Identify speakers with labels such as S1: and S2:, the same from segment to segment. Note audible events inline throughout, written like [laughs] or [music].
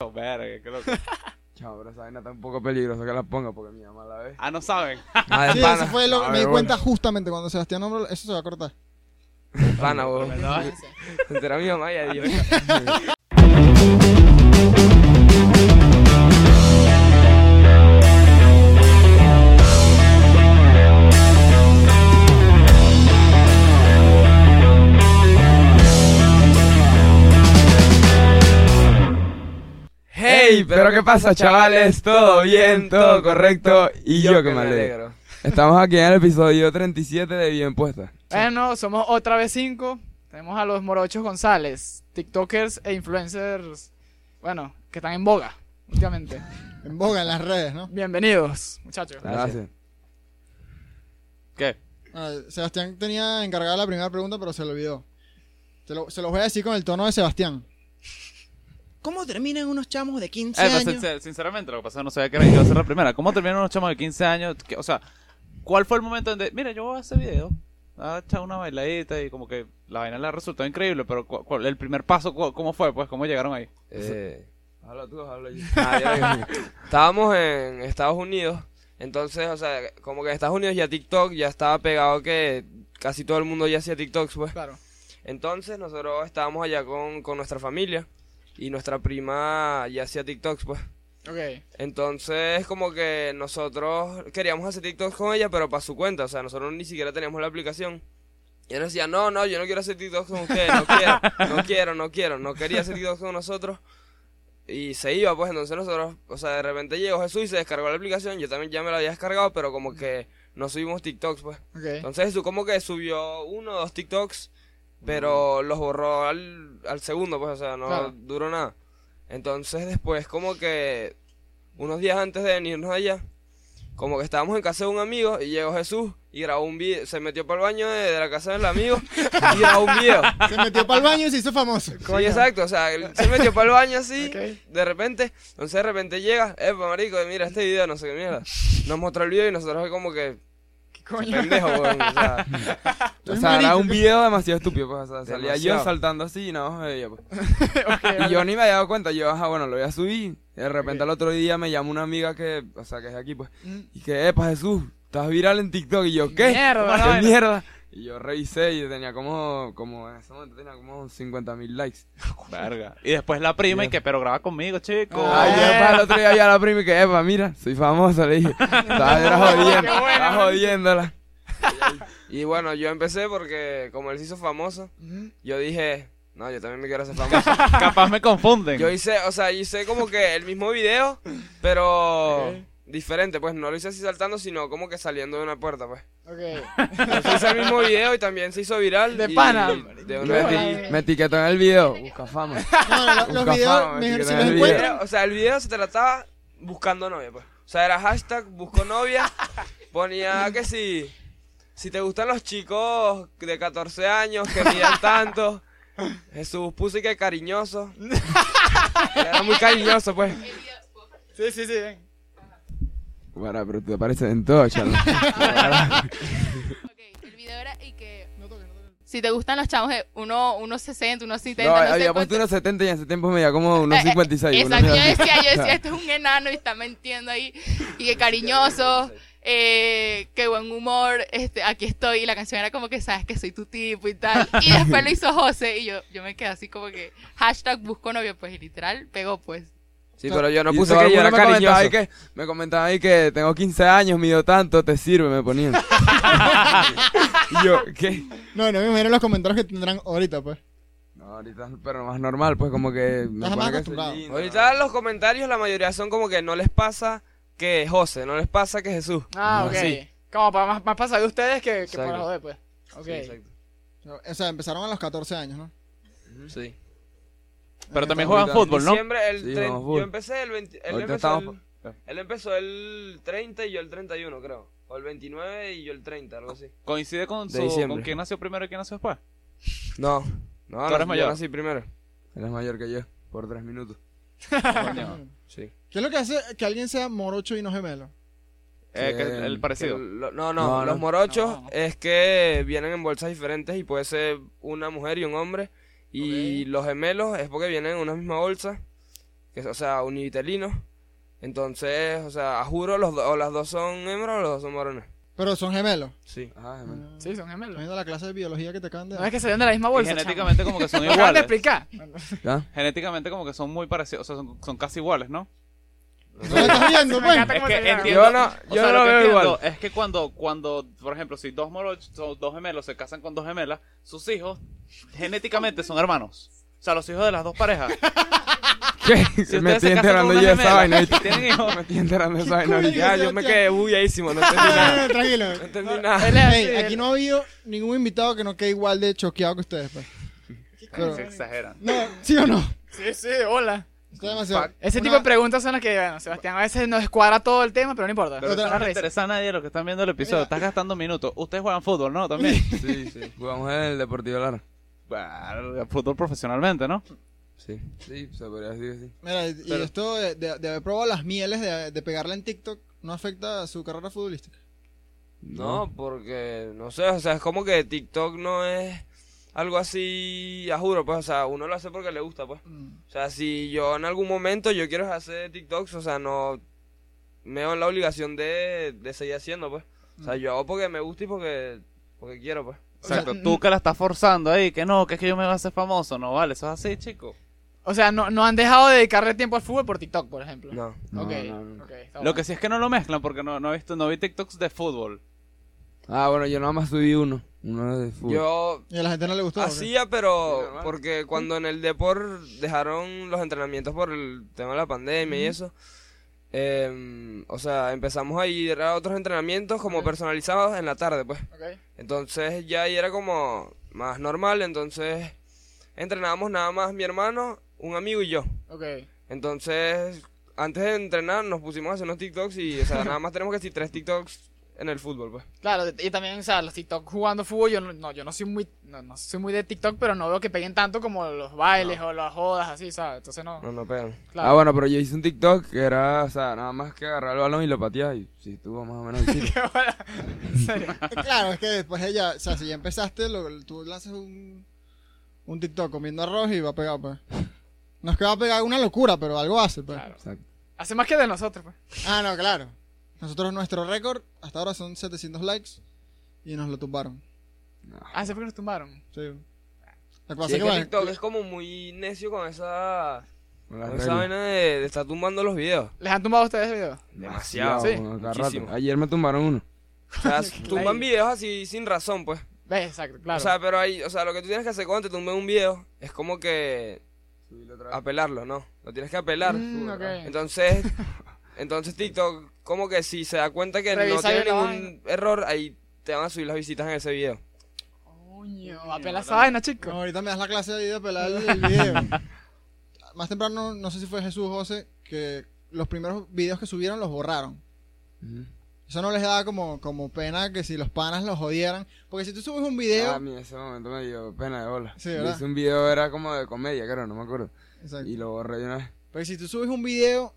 S1: Oh, verga, qué loco.
S2: Chao, pero esa vaina está un poco peligrosa que la ponga porque mi mamá la ve.
S1: Ah, no saben.
S2: Ah, de
S3: Sí,
S2: pana.
S3: eso fue lo
S2: Ah,
S3: me di
S2: huevón,
S3: cuenta justamente cuando Sebastián nombró. Eso se va a cortar.
S2: de Pana, huevón. [laughs]
S1: ¿Verdad?
S2: Se enteró mi mamá y adiós. Hey, pero qué pasa, chavales? Todo bien, todo correcto y yo que me alegro. Estamos aquí en el episodio 37 de Bien Puesta.
S4: Bueno, somos otra vez cinco. Tenemos a los morochos González, TikTokers e influencers, bueno, que están en boga últimamente.
S3: En boga, en las redes, ¿no?
S4: Bienvenidos, muchachos.
S2: Gracias.
S1: ¿Qué?
S3: Ah, Sebastián tenía encargada la primera pregunta, pero se lo olvidó. Se, lo- se los voy a decir con el tono de Sebastián.
S5: ¿Cómo terminan unos chamos de 15
S1: Eh, pero
S5: años?
S1: sincer- sinceramente, lo que pasa es que no sabía que era, iba a ser la primera. ¿Cómo terminaron unos chamos de 15 años? Que- o sea, ¿cuál fue el momento donde, mira, yo voy a hacer video, a echar una bailadita y como que la vaina le resultó increíble, pero cu- cuál- el primer paso, cu- ¿cómo fue? Pues, ¿cómo llegaron ahí?
S6: Eh,
S2: Habla tú, habla yo.
S6: ah, ya lo dije. [laughs] estábamos en Estados Unidos, entonces, o sea, como que en Estados Unidos ya TikTok ya estaba pegado que casi todo el mundo ya hacía TikToks, pues.
S4: Claro.
S6: Entonces nosotros estábamos allá con, con nuestra familia y nuestra prima ya hacía TikToks, pues.
S4: Ok.
S6: Entonces, como que nosotros queríamos hacer TikToks con ella, pero para su cuenta, o sea, nosotros ni siquiera teníamos la aplicación. Y ella decía, no, no, yo no quiero hacer TikToks con ustedes, no quiero, no quiero, no quiero, no quería hacer TikToks con nosotros. Y se iba, pues entonces nosotros, o sea, de repente llegó Jesús y se descargó la aplicación, yo también ya me la había descargado, pero como que no subimos TikToks, pues. [laughs]
S4: Ok.
S6: Entonces Jesús como que subió uno o dos TikToks, pero los borró al, al segundo, pues, o sea, no
S4: Claro.
S6: duró nada. Entonces después como que unos días antes de venirnos allá, como que estábamos en casa de un amigo y llegó Jesús y grabó un video, se metió para el baño de, de la casa del amigo
S4: [laughs]
S6: y grabó un video.
S3: Se metió para el baño y se hizo famoso.
S6: Sí, exacto, o sea, él se metió para el baño así,
S4: [laughs] Ok.
S6: de repente, entonces de repente llega, eh, marico, mira este video, no sé qué mierda. Nos mostró el video y nosotros como que,
S4: ¿Qué coño?
S6: pendejo, weón, o
S4: [laughs]
S6: sea...
S2: O sea, era
S3: marico.
S2: un video demasiado estúpido, pues, o sea, salía yo
S6: Demasiado.
S2: saltando así y nada más me veía, pues.
S4: Ok,
S2: Y yo ni me había dado cuenta, yo, ajá, bueno, lo voy a subir. De repente al otro día me llama una amiga que, o sea, que es de aquí, pues,
S4: Mm.
S2: y que, epa, Jesús, estás viral en TikTok. Y yo, ¿qué?
S4: Mierda.
S2: ¿Qué
S4: Bueno.
S2: mierda? Y yo revisé y tenía como, como en ese momento tenía como 50 mil likes.
S1: Verga. Y después la prima y que, pero graba conmigo, chico.
S2: Ay,
S4: Ah,
S2: epa, el otro día ya la prima y que, epa, mira, soy famosa,
S4: [laughs]
S2: le dije. Estaba era jodiendo, estaba jodiéndola.
S6: Y bueno, yo empecé porque como él se hizo famoso,
S4: Ujú.
S6: yo dije, no, yo también me
S2: [laughs]
S6: quiero hacer famoso.
S1: [laughs] Capaz me confunden.
S6: yo hice, o sea, hice como que el mismo video, pero diferente, pues no lo hice así saltando, sino como que saliendo de una puerta, pues.
S4: Ok.
S6: Entonces hice el mismo video y también se hizo viral.
S4: De
S6: y-
S4: pana.
S6: y de
S2: Y
S6: una
S2: me,
S6: vez.
S2: eti- me etiquetó en el video, busca fama.
S3: No, no, lo-
S2: Un
S3: los
S2: cafá,
S3: videos, mejor
S2: me
S3: si
S2: etiquetan
S3: los
S2: en el video.
S3: encuentran.
S6: Pero, o sea, el video se trataba buscando novia, pues. O sea, era hashtag busco
S2: [laughs]
S6: novia. Ponía que si, si te gustan los chicos de 14 años que midan tanto. Jesús puse que cariñoso. Era muy cariñoso, pues.
S4: Sí, sí, sí. ven.
S2: Para, pero tú apareces en todo, chalo.
S7: Ok, el video era y que. Si te gustan los chavos de 1,60, 1,70,
S2: No,
S7: no, no sé
S2: había puesto
S7: cuánto.
S2: unos 70 y en ese tiempo me dio como unos
S7: Eh, eh,
S2: 56. una
S7: Exacto, yo
S2: mierda así.
S7: decía, yo
S2: O [laughs]
S7: decía,
S2: sea,
S7: este es un enano y está mintiendo ahí. Y que cariñoso, eh, que buen humor, este, aquí estoy. Y la canción era como que sabes que soy tu tipo y tal. Y después lo hizo José y yo, yo me quedé así como que hashtag busco novio, pues y literal pegó pues.
S6: [laughs] Sí, pero yo no
S2: y
S6: puse
S2: todo el
S6: que yo
S2: mundo
S6: era
S2: me comentaba ahí
S6: cariñoso.
S2: que, me comentaban ahí que tengo 15 años, mido tanto, te sirve, me ponían. Y yo, ¿qué?
S3: No, no me imagino los comentarios que tendrán ahorita, pues.
S2: No, ahorita, pero más normal, pues como que... me
S3: Estás más
S2: pone que soy
S3: acostumbrado.
S2: lindo.
S6: Ahorita los comentarios, la mayoría son como que no les pasa que José, no les pasa que Jesús.
S4: Ah, ok.
S6: Así.
S4: Como para más, más pasar de ustedes que, que para
S6: Exacto.
S4: joder, pues. Ok.
S6: Sí, exacto.
S3: O sea, empezaron a los 14 años, ¿no?
S6: Sí.
S1: pero también juegan
S2: ahorita.
S1: fútbol, ¿no?
S6: Diciembre, el
S2: Sí,
S6: tre-
S2: vamos, full.
S6: yo empecé el 20, él,
S2: Ahorita
S6: empezó
S2: estamos
S6: el, él empezó el 30 y yo el 31, creo. O el 29 y yo el 30, algo así.
S1: Coincide con,
S6: De
S1: su,
S6: diciembre.
S1: con quién nació primero y quién nació después.
S6: No,
S1: Tú
S6: no, no,
S1: eres mayor.
S6: yo nací primero.
S2: Eres mayor que yo, por 3 minutos.
S1: Coño.
S6: Sí.
S3: ¿Qué es lo que hace que alguien sea morocho y no gemelo?
S1: Eh, que el,
S2: Que-
S1: el parecido.
S6: no, no,
S2: No,
S6: los
S2: no.
S6: morochos
S4: No.
S6: es que vienen en bolsas diferentes y puede ser una mujer y un hombre. Y los gemelos es porque vienen en una misma bolsa. que, o sea, univitelinos. Entonces, o sea, a juro, los do- o las dos son hembras o los dos son varones.
S3: Pero son gemelos.
S6: Sí.
S2: Ah, hermano.
S4: Sí, son
S3: Están
S4: gemelos.
S3: viendo la clase de biología que te acaban de
S4: No es
S3: dar.
S4: que salieron de la misma
S1: Y
S4: bolsa.
S1: genéticamente como que son
S4: chamo. Me acaban de
S1: iguales.
S4: explicar.
S2: ¿Ya?
S1: Genéticamente como que son muy parecidos, o sea, son, son casi iguales, ¿no?
S3: No la estás viendo,
S4: Me
S3: pues.
S4: encanta
S1: Es
S4: cómo
S1: que
S4: [laughs] se llama.
S1: entiendo-
S2: Yo no,
S1: O
S2: yo
S1: sea,
S2: no
S1: lo que
S2: veo
S1: entiendo
S6: [laughs]
S2: igual.
S1: es que cuando, cuando, por ejemplo, si dos morochos, son dos gemelos se casan con dos gemelas, sus hijos genéticamente son hermanos. O sea, los hijos de las dos
S2: [laughs]
S1: parejas.
S2: ¿Qué?
S1: Si
S2: me
S1: ustedes se
S2: estoy
S1: casan con
S2: enterando yo
S1: una
S2: de esa
S1: gemela,
S2: vaina.
S1: si tienen
S2: [laughs]
S1: hijos,
S2: Me estoy enterando de esa vaina.
S3: coño?
S6: Ya, yo me quedé bugueadísimo, no
S1: [laughs]
S6: entendí
S3: No, no,
S6: nada.
S3: no, tranquilo.
S6: No entendí nada.
S4: Él es así,
S3: Ey,
S4: él-
S3: aquí no ha habido ningún invitado que no quede igual de choqueado que ustedes, pues. Pero-
S1: se exageran.
S3: no, ¿sí o no?
S4: Sí, sí, hola.
S3: Está demasiado.
S4: Ese
S3: Una-
S4: tipo de preguntas son las que, bueno, Sebastián a veces nos descuadra todo el tema, pero no importa.
S1: Pero
S3: Otra-
S1: eso no le
S4: risa.
S1: interesa a nadie los que están viendo el episodio.
S3: Mira.
S1: Estás gastando minutos. Ustedes juegan fútbol, ¿no?
S2: [laughs]
S1: También. [laughs]
S2: Sí, sí. Jugamos en el Deportivo Lara.
S1: Bah, fútbol profesionalmente, ¿no?
S2: Sí. Sí, se podría decir que sí.
S3: Mira, y y esto de, de- de haber probado las mieles, de, de pegarla en TikTok, ¿no afecta a su carrera futbolística?
S6: No, porque, no sé, o sea, es como que TikTok no es algo así, a juro, pues, o sea, uno lo hace porque le gusta, pues.
S4: Mm.
S6: O sea, si yo en algún momento yo quiero hacer TikToks, o sea, no me veo en la obligación de, de seguir haciendo, pues. O sea, yo hago porque me gusta y porque, porque quiero, pues.
S1: Exacto. Tú que la estás forzando ahí, que no, que es que yo me voy a hacer famoso. No vale, eso es así, chico.
S4: O sea, no, no han dejado de dedicarle tiempo al fútbol por TikTok, por ejemplo.
S6: No.
S2: No,
S4: Ok,
S2: no, no.
S4: ok, está
S1: Lo
S4: bueno.
S1: que sí es que no lo mezclan porque no, no, he visto, no vi TikToks de fútbol.
S2: Ah, bueno, yo nada más subí uno. Uno de fútbol.
S6: Yo
S3: ¿Y a la gente no le gustó? o qué?
S6: hacía, pero porque cuando en el depor dejaron los entrenamientos por el tema de la pandemia y eso, em, o sea, empezamos a ir a otros entrenamientos como personalizados en la tarde, pues.
S4: Ok.
S6: Entonces ya ahí era como más normal, entonces entrenábamos nada más mi hermano, un amigo y yo.
S4: Ok.
S6: Entonces, antes de entrenar nos pusimos a hacer unos TikToks y, o sea, nada más tenemos que decir tres TikToks en el fútbol, pues.
S4: Claro, y también, o sea, los TikTok jugando fútbol, yo no, no, yo no soy muy, no, no soy muy de TikTok, pero no veo que peguen tanto como los bailes o las jodas, así, ¿sabes? Entonces no,
S6: No, no pegan.
S4: claro.
S2: Ah, bueno, pero yo hice un TikTok que era, o sea, nada más que agarrar el balón y lo patear. Y sí, estuvo más o
S4: [laughs]
S2: menos visible.
S4: Qué bola. En serio.
S3: [laughs] Claro, es que después ella, o sea, si ya empezaste, lo- tú lanzas un, un TikTok comiendo arroz y va a pegar, pues. No es que va a pegar una locura, pero algo hace, pues.
S4: Claro.
S2: Exacto.
S4: Hace más que de nosotros, pues.
S3: Ah, no, claro. Nosotros, nuestro récord hasta ahora son 700 likes y nos lo tumbaron.
S4: Ah, se fue que nos tumbaron.
S3: Sí. Lo que pasa
S6: Sí, es
S3: es que,
S6: que
S3: bueno,
S6: TikTok es como muy necio con esa,
S2: Con las
S6: con esa
S2: reglas.
S6: vaina de, de estar tumbando los videos.
S4: ¿Les han tumbado a ustedes videos?
S6: Demasiado.
S4: Sí,
S2: bueno, cada
S6: muchísimo.
S2: rato. Ayer me tumbaron uno.
S6: O sea, [laughs] tumban videos así sin razón, pues.
S4: ¿Ves? Exacto, claro.
S6: O sea, pero ahí, o sea, lo que tú tienes que hacer cuando te tumben un video es como que apelarlo, ¿no? Lo tienes que apelar.
S4: Mm, ok.
S2: [laughs]
S6: Entonces, entonces TikTok, como que si se da cuenta que no
S4: Revisa
S6: tiene
S4: bien la
S6: ningún error, ahí te van a subir las visitas en ese video.
S4: Coño, apelas esa vaina,
S3: como
S4: chico.
S3: ahorita me das la clase de video pelar el, el video. Más temprano, no sé si fue Jesús o José, que los primeros videos que subieron los borraron.
S2: Ujú.
S3: Eso no les daba como, como pena que si los panas los jodieran. Porque si tú subes un video.
S6: Ah,
S2: A mí ese momento me dio pena de bola.
S3: Sí,
S2: Yo
S3: ¿verdad?
S2: hice un video, era como de comedia, claro, no me acuerdo.
S3: Exacto.
S2: Y lo borré de una vez.
S3: Porque si tú subes un video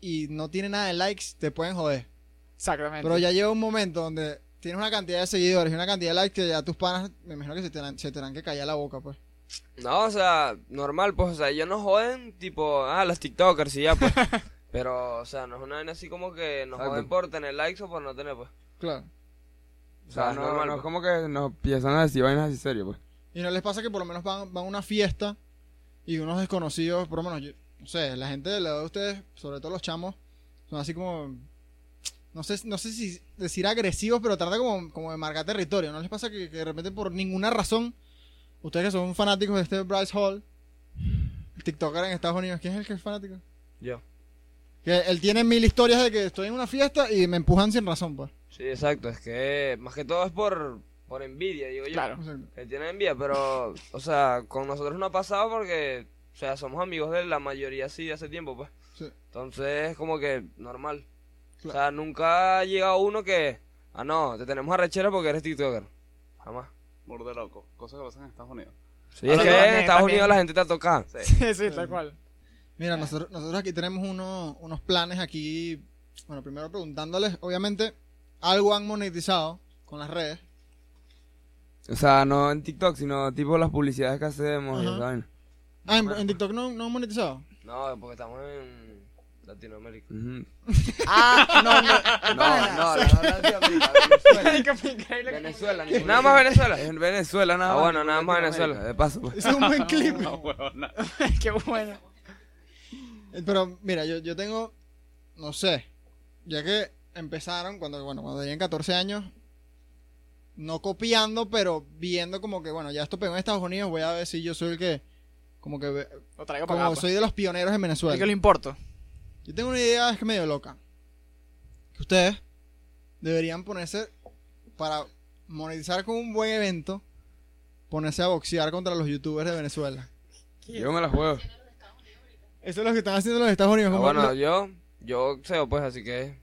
S3: y no tiene nada de likes, te pueden joder.
S4: Exactamente.
S3: Pero ya llega un momento donde tienes una cantidad de seguidores y una cantidad de likes que ya tus panas, me imagino que se tendrán, se tendrán que callar la boca, pues.
S6: No, o sea, normal, pues, o sea, ellos nos joden, tipo, ah, los TikTokers y ya,
S4: [laughs]
S6: pues. Pero, o sea, no es una vaina así como que nos
S2: Exacto.
S6: joden por tener likes o por no tener, pues.
S3: Claro.
S2: O sea,
S6: Ah,
S2: no,
S6: normal,
S2: no es
S6: pues.
S2: como que nos empiezan a decir vainas así serio, pues.
S3: Y no les pasa que por lo menos van, van a una fiesta y unos desconocidos, por lo menos, yo- no sé, la gente de la edad de ustedes, sobre todo los chamos, son así como, no sé, no sé si decir agresivos, pero trata como, como de marcar territorio. ¿No les pasa que, que de repente por ninguna razón, ustedes que son fanáticos de este Bryce Hall, el TikToker en Estados Unidos, ¿quién es el que es fanático?
S6: Yo.
S3: Que él tiene mil historias de que estoy en una fiesta y me empujan sin razón, pues.
S6: Sí, exacto, es que más que todo es por, por envidia, digo yo.
S4: Claro. [laughs]
S3: O sea,
S6: Que tienen envidia, pero, o sea, con nosotros no ha pasado porque, o sea, somos amigos de la mayoría sí de hace tiempo, pues.
S3: Sí.
S6: Entonces, como que normal. O
S3: Claro.
S6: sea, nunca ha llegado uno que, ah, no, te tenemos arrechera porque eres TikToker. Jamás.
S1: Burde loco. Cosas que pasan en Estados Unidos. [laughs]
S6: Sí, es
S4: Ah,
S6: que
S4: no,
S6: en
S4: también,
S6: Estados
S4: también.
S6: Unidos la gente te toca.
S4: Sí, sí, tal cual. Ah.
S3: Mira, nosotros, nosotros aquí tenemos uno- unos planes aquí. Bueno, primero preguntándoles, obviamente, algo han monetizado con las redes.
S2: O sea, no en TikTok, sino tipo las publicidades que hacemos y
S3: Ajá.
S2: esa vaina.
S3: Ah, en, en TikTok no, no han monetizado.
S6: No, porque estamos en Latinoamérica.
S2: Ujú.
S5: Ah, no, no.
S6: No, no, no, Latinoamérica, Venezuela. Venezuela, ni- Nada más Venezuela.
S2: En Venezuela nada
S6: Ah, bueno, nada más Venezuela.
S2: De paso, pues.
S3: Ese es
S4: [laughs]
S3: un buen clip.
S1: No, huevona.
S4: Qué bueno.
S3: Eh, Pero mira, yo, yo tengo, no sé, ya que empezaron cuando, bueno, cuando tenían 14 años, no copiando, pero viendo como que, bueno, ya esto pegó en Estados Unidos, voy a ver si yo soy el que, como que, ve-
S4: Lo traigo para
S3: como
S4: acá. pues.
S3: soy de los pioneros en
S4: Es que
S3: Venezuela.
S4: lo importo.
S3: Yo tengo una idea es que medio loca. Que ustedes deberían ponerse, para monetizar con un buen evento, ponerse a boxear contra los youtubers de Venezuela.
S2: Yo me la juego.
S3: Eso es lo que están haciendo los Estados Unidos.
S6: Ah,
S3: como-
S6: bueno, yo, yo boxeo pues, así que.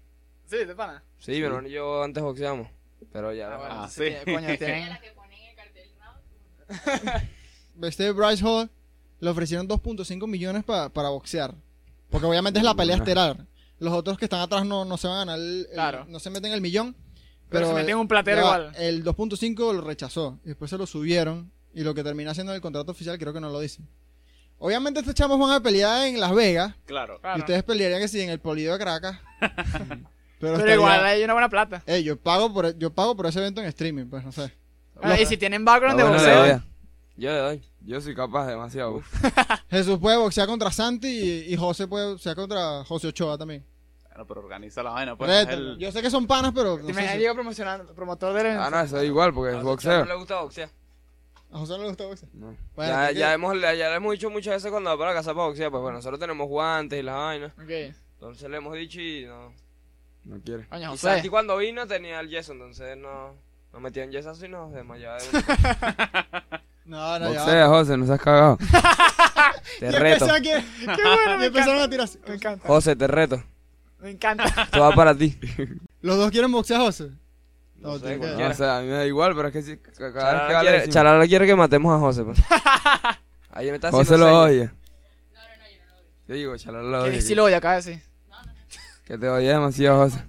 S4: Sí, de pana.
S6: Sí, mi hermano y yo antes boxeamos. Pero ya.
S4: Ah, bueno,
S1: Ah,
S4: sí.
S1: sí.
S4: Coño, tienen...
S6: [laughs]
S7: que ponen el cartel
S3: este Bryce Hall le ofrecieron 2.5 millones pa- para boxear. Porque obviamente es la pelea estelar. Los otros que están atrás no, no se van a ganar, el- el-
S4: Claro.
S3: no se meten el millón. Pero,
S4: Pero
S3: eh,
S4: se meten
S3: el-
S4: un platero
S3: ya va,
S4: igual.
S3: El 2.5 lo rechazó. Y después se lo subieron. Y lo que termina siendo el contrato oficial creo que no lo dicen. Obviamente estos chamos van a pelear en Las Vegas.
S1: Claro.
S4: Claro.
S3: Y ustedes pelearían que sí en el Polido de
S4: [laughs]
S3: Caracas. pero
S4: Pero
S3: estaría-
S4: igual hay una buena plata.
S3: Eh, yo pago por yo pago por ese evento en streaming, pues no sé.
S4: Ah, y si tienen background
S6: Ah,
S4: de
S6: bueno,
S4: boxeo,
S6: le doy. Yo le doy.
S2: Yo soy capaz demasiado.
S3: Jesús puede boxear contra Santi y, y José puede boxear contra José Ochoa también.
S1: Bueno, pero organiza la vaina. Pues,
S3: Reto.
S1: el-
S3: Yo sé que son panas, pero no
S4: te
S3: sé
S4: imaginas,
S3: si-
S4: Diego promocionando, promotor del
S2: Ah,
S4: evento.
S2: no, eso es igual porque es
S6: A
S2: boxeo.
S6: Luchador le gusta boxear.
S3: a José no le gusta boxear.
S2: No.
S3: Bueno,
S6: ya,
S3: ¿qué-
S6: ya,
S3: qué?
S6: hemos, ya le hemos dicho muchas veces cuando va para la casa para boxear, pues bueno, nosotros tenemos guantes y las vainas.
S4: Ok.
S6: Entonces le hemos dicho y no.
S2: No quiere.
S4: Coño,
S6: Y
S4: José.
S6: Santi cuando vino tenía el yeso, entonces no. Nos metió en yesazo y nos desmayaba. de
S2: [laughs]
S6: una.
S3: No, no, ya.
S2: Boxea, José, no seas cagado.
S6: te
S3: Y
S6: reto.
S3: empezó a que-
S4: [laughs] Qué bueno,
S3: y
S4: me
S3: empezaron
S4: encanta.
S3: a tirar así.
S6: pues.
S4: Me encanta.
S6: José, te reto.
S4: Me
S6: [laughs]
S4: encanta.
S6: Todo va para ti.
S3: Los dos quieren boxear a José. No,
S6: sé,
S3: tiene que-
S6: cualquiera.
S2: No, o sea, a mí me da igual, pero es que si ca- cada vez que
S6: Charala
S2: habla
S6: quiere,
S2: decimos,
S6: Charala quiere que matemos a José. [laughs] Pues. Ayer me está haciendo
S2: José lo
S6: señas.
S2: odia. Yo digo, Charala lo
S4: Que
S2: odia.
S4: sí lo odio acá, sí.
S2: Que te odia demasiado, José.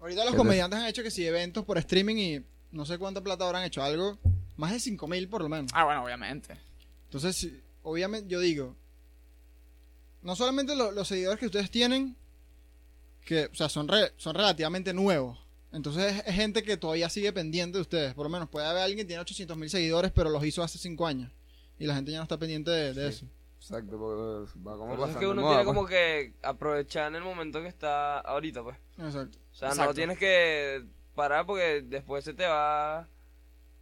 S3: Ahorita los
S2: ¿Qué
S3: comediantes han hecho que sí eventos por streaming y no sé cuánta plata habrán hecho, algo más de 5 mil por lo menos.
S4: Ah, bueno, obviamente.
S3: Entonces, sí, obviamente yo digo, no solamente lo- los seguidores que ustedes tienen que, o sea, son re- son relativamente nuevos. Entonces es- es gente que todavía sigue pendiente de ustedes. Por lo menos puede haber alguien que tiene 800 mil seguidores, pero los hizo hace 5 años. Y la gente ya no está pendiente de, de eso.
S2: Exacto, porque va como
S6: Por eso es
S2: pasando
S6: que uno
S2: moda,
S6: tiene
S2: pues.
S6: como que aprovechar en el momento que está ahorita, pues.
S3: Exacto.
S6: O sea,
S4: Exacto.
S6: no tienes que parar porque después se te va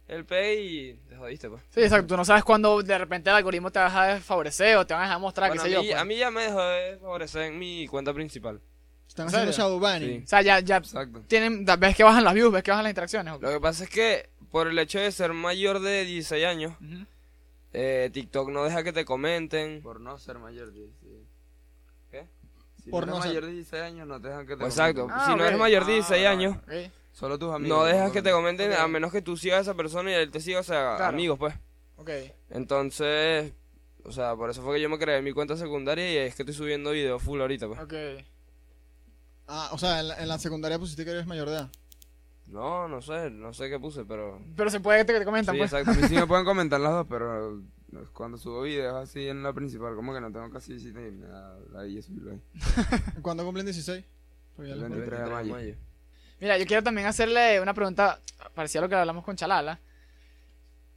S6: el pay y te jodiste, pues.
S4: Sí, exacto. Tú no sabes cuándo de repente el algoritmo te va a dejar de favorecer o te van a dejar de mostrar,
S6: Bueno,
S4: qué sé
S6: a,
S4: yo.
S6: mí,
S4: pues.
S6: a mí ya me dejó de favorecer en mi cuenta principal.
S3: Están
S4: ¿En
S3: haciendo
S4: serio?
S3: shadowbanning.
S6: Sí.
S4: O sea, ya, ya
S2: Exacto.
S4: tienen, da- ves que bajan las views, ves que bajan las interacciones. ok.
S6: Lo que pasa es que por el hecho de ser mayor de 16 años,
S4: Ujú.
S6: eh, TikTok no deja que te comenten.
S2: Por no ser mayor de 16.
S6: ¿Qué?
S2: Si
S3: Por
S2: no
S3: no
S2: eres
S3: ser-
S2: mayor de 16 años, no te dejan que te.
S6: Pues Exacto.
S2: comenten.
S4: Ah,
S6: si no
S4: ok.
S6: eres mayor de
S2: Ah,
S6: 16
S2: bueno,
S6: años,
S4: Ok.
S2: Solo tus amigos.
S6: no dejas que te comenten
S4: Ok.
S6: a menos que tú sigas a esa persona y él te siga, o sea,
S4: Claro.
S6: amigos, pues.
S4: Ok.
S6: Entonces, o sea, por eso fue que yo me creé mi cuenta secundaria y es que estoy subiendo video full ahorita, pues.
S4: Ok.
S3: Ah, o sea, en la, en la secundaria pusiste que eres mayor de edad.
S6: No, no sé, no sé qué puse, pero.
S4: Pero se puede que te, que te comentan,
S6: Sí,
S4: pues.
S2: A
S6: exacto.
S2: mí sí
S6: [laughs]
S2: me pueden comentar las dos, pero eh, cuando subo videos así en la principal, como que no tengo casi visita y me da la guía subirlo ahí.
S3: ¿Cuándo cumplen 16? Pues ya
S2: El
S3: les-
S2: 23 de mayo.
S4: Mira, yo quiero también hacerle una pregunta parecía lo que hablamos con Chalala.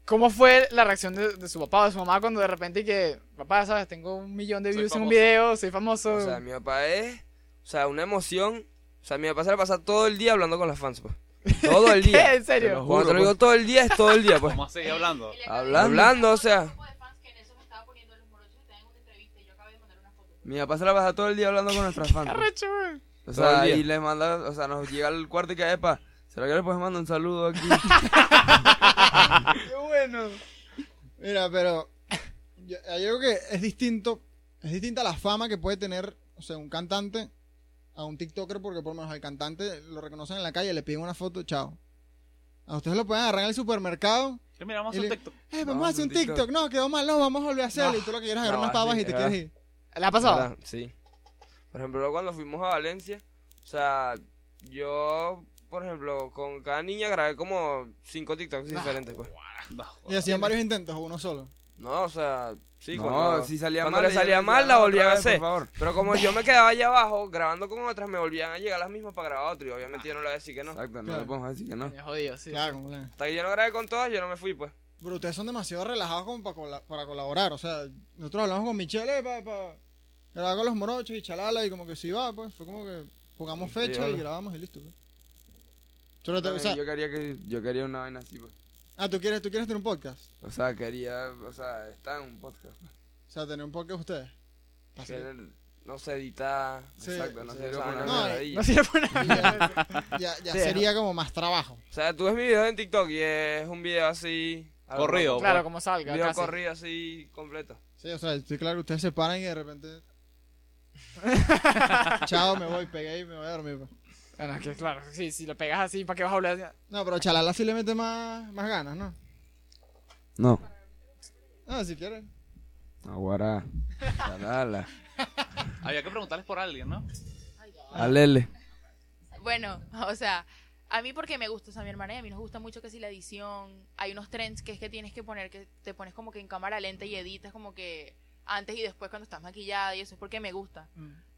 S4: ¿Cómo fue la reacción de, de su papá o de su mamá cuando de repente que, papá, sabes, tengo un millón de
S1: Soy
S4: views en un
S1: famoso".
S4: video, soy famoso?
S6: O sea, mi papá es. O sea, una emoción. O sea, mi papá se la pasa todo el día hablando con las fans, pues. Todo [laughs] el
S4: ¿Qué?
S6: día.
S4: [laughs] ¿En serio?
S6: Cuando te lo pues. digo todo el día, es todo el día, pues.
S1: ¿Cómo así hablando?
S6: Hablando. Hablando, o sea.
S7: de fans que en eso me estaba poniendo los morochos estaban en una entrevista y yo acabé de mandar una foto.
S2: Mi papá se la pasa todo el día hablando con nuestras fans. pues.
S4: Arrecho, güey.
S2: O
S6: Todo el
S2: sea,
S6: día.
S2: y les manda, o sea, nos llega al cuarto y que, epa, ¿será que le puedes mandar un
S6: [laughs]
S2: saludo aquí?
S4: Qué bueno.
S3: Mira, pero yo, hay algo que es distinto, es distinta la fama que puede tener, o sea, un cantante a un TikToker, porque por lo menos al cantante lo reconocen en la calle, le piden una foto, chao. A ustedes lo pueden agarrar en el supermercado.
S1: Que mira, vamos a
S3: Y
S1: hacer
S3: le-
S1: un TikTok.
S3: Eh, vamos a hacer un TikTok. No, quedó mal, no, vamos a volver a hacerlo.
S4: No.
S3: y tú lo que quieres es agarrar
S6: No,
S3: unas pavas
S6: sí,
S3: y te
S6: es
S3: quieres
S6: verdad.
S3: ir.
S4: ¿Le ha pasado?
S6: ¿Verdad? Sí. Por ejemplo, cuando fuimos a Valencia, o sea, yo, por ejemplo, con cada niña grabé como cinco TikToks diferentes, pues.
S1: No,
S3: Y hacían varios intentos, o uno solo.
S2: No, o sea, sí,
S6: no,
S2: cuando-
S6: si salía
S2: cuando
S6: mal.
S2: le
S6: ellos
S2: salía
S6: decían,
S2: mal, la
S6: "Otra
S2: volvían a
S6: vez,
S2: hacer.
S6: Por favor.
S2: Pero como yo
S6: [laughs]
S2: me quedaba allá abajo grabando con otras, me volvían a llegar las mismas para grabar otro. Y obviamente yo no le voy a decir que no.
S6: Exacto, no
S3: Claro.
S6: le podemos decir que no.
S4: Coño, jodido, sí.
S3: Claro, como que-
S2: Hasta que yo no grabé con todas, yo no me fui, pues.
S3: Pero ustedes son demasiado relajados como para, cola- para colaborar. O sea, nosotros hablamos con Michelle eh, para grabar con los morochos y chalala y como que si va, pues fue como que pongamos fecha y
S2: vale.
S3: grabamos y listo. pues. Sobre todo, o sea,
S6: Yo quería que yo quería una vaina así, pues.
S3: ah, ¿tú quieres, tú quieres tener un podcast.
S6: O sea, quería, o sea, está en un podcast. pues.
S3: O sea, tener un podcast ustedes. Así. [laughs]
S2: Que no se edita.
S3: ¿Ah, Sí.
S6: Exacto, no
S2: Sí,
S6: sé,
S2: o sea,
S6: una
S3: no,
S6: maravilla.
S4: [laughs] No sirve para nada.
S3: Ya, ya- ya
S4: Sí,
S3: sería como más trabajo.
S2: O sea, tú ves mi video en TikTok y es un video así. algo-
S1: Corrido.
S4: Claro, como
S2: Un
S4: salga.
S2: video
S4: casi.
S2: corrido así completo.
S3: Sí, o sea, estoy claro que ustedes se paran y de
S2: [laughs]
S3: repente. Chao, me voy, pegué y me voy a dormir. pues.
S4: Bueno, es que claro, sí, si lo pegas así, ¿para qué vas a hablar?
S3: No, pero chalala sí le mete más, más ganas, ¿no?
S6: No,
S3: Ah, si quieres.
S6: aguará. Chalala.
S1: Había que preguntarles por alguien, ¿no?
S6: Alele.
S7: Bueno, [laughs] o sea, a mí porque me gusta, o sea, a mi hermana y a mí nos gusta mucho que si la edición, hay unos trends que es que tienes que poner, que te pones como que en cámara lenta y editas como que antes y después cuando estás maquillada y eso es porque me gusta.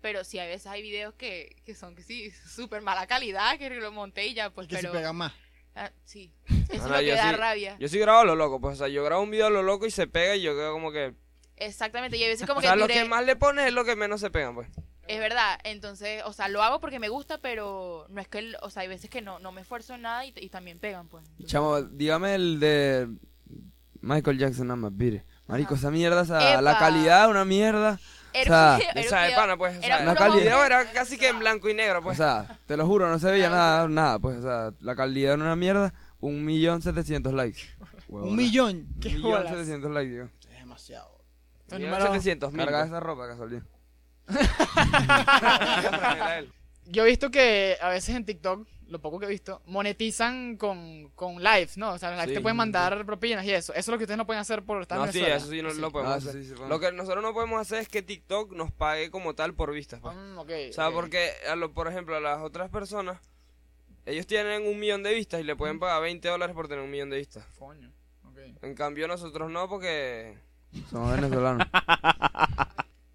S7: Pero sí, a veces hay videos que, que son que sí, [laughs] súper mala calidad, que lo monté y ya, pues,
S3: Es que
S7: pero...
S3: si pegan más.
S7: Ah,
S2: [laughs]
S7: sí, eso
S2: Ah,
S7: es
S2: no,
S7: lo que
S2: yo
S7: da
S2: sí.
S7: rabia.
S2: Yo sí grabo a lo loco, pues. O sea, yo grabo un video a lo loco y se pega y yo quedo como que.
S7: Exactamente, y
S2: [laughs]
S7: a veces como
S2: o sea,
S7: que,
S2: lo
S7: duré-
S2: que más le pones es lo que menos se pegan, pues.
S7: Es verdad, entonces, o sea, lo hago porque me gusta, pero no es que, el- o sea, hay veces que no, no me esfuerzo en nada y, y también pegan, pues.
S6: Chamo, dígame el de Michael Jackson, nada más, mire. Marico,
S7: Ajá.
S6: esa mierda, esa, la
S7: Ah. Epa.
S6: calidad, una mierda. sea,
S7: Era un video-
S2: O
S7: era un
S2: sea, de
S7: video-
S2: pana, pues. O
S7: era
S2: sea,
S6: una
S7: puro
S6: calidad.
S2: el video
S7: montaje.
S2: era casi que en blanco y negro,
S6: O
S2: pues.
S6: sea, te lo juro, no se veía nada, nada, pues, o sea, la calidad era una mierda. Un millón setecientos likes.
S3: Un millón.
S6: Un
S4: Qué
S6: millón
S4: bolas.
S6: setecientos likes, digo.
S3: Es demasiado.
S4: Estos
S2: Millón
S4: números-
S2: 700 mil,
S6: Carga
S2: pues.
S6: esa ropa, casualidad.
S4: Yo he visto que a veces en TikTok, lo poco que he visto, monetizan con, con lives, ¿no? O sea, los lives
S2: Sí.
S4: te pueden mandar propinas y eso. Eso es lo que ustedes no pueden hacer por estar
S2: No,
S4: en
S2: sí,
S4: Venezuela.
S2: eso sí no lo podemos
S6: Ah,
S2: hacer.
S6: sí, sí, podemos.
S2: Lo que nosotros no podemos hacer es que TikTok nos pague como tal por vistas, pues.
S4: Mm, ok,
S2: O sea,
S4: ok.
S2: porque, a lo, por ejemplo, a las otras personas, ellos tienen un millón de vistas y le pueden pagar 20 dólares por tener un millón de vistas.
S4: Coño, ok.
S2: En cambio, nosotros no, porque.
S6: Somos
S2: [laughs]
S6: venezolanos.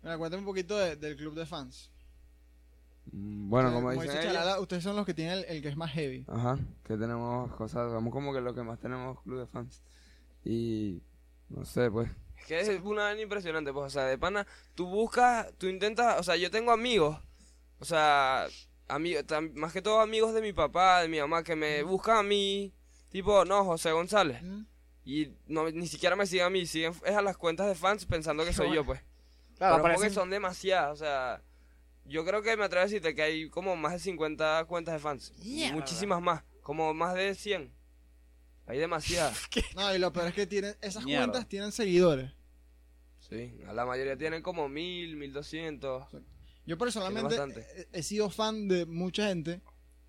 S3: Mira, cuéntame un poquito de- del club de fans.
S6: Mm, bueno,
S3: Ustedes,
S6: como dicen
S3: dice
S6: ellos,
S3: Chalala, ustedes son los que tienen el, el que es más
S6: [laughs]
S3: heavy.
S6: Ajá, que tenemos cosas, somos como que lo que más tenemos club de fans. Y no sé, pues.
S2: Es que es una vaina impresionante, pues, o sea, de pana, tú buscas, tú intentas, o sea, yo tengo amigos, o sea, amigos, más que todo amigos de mi papá, de mi mamá, que me buscan a mí, tipo, no, José González,
S3: ¿Mm?
S2: y no, ni siquiera me siguen a mí, siguen es a las cuentas de fans pensando que soy yo, pues.
S4: Claro,
S2: Pero es porque
S4: aparecen-
S2: son demasiadas, o sea, yo creo que me atrevo a decirte que hay como más de 50 cuentas de fans,
S4: Mierda.
S2: muchísimas más, como más de 100, hay demasiadas.
S3: No, y lo peor es que tienen, esas
S1: Mierda.
S3: cuentas tienen seguidores.
S2: Sí, a la mayoría tienen como 1000, 1200.
S3: Yo personalmente
S2: bastante.
S3: he, he sido fan de mucha gente,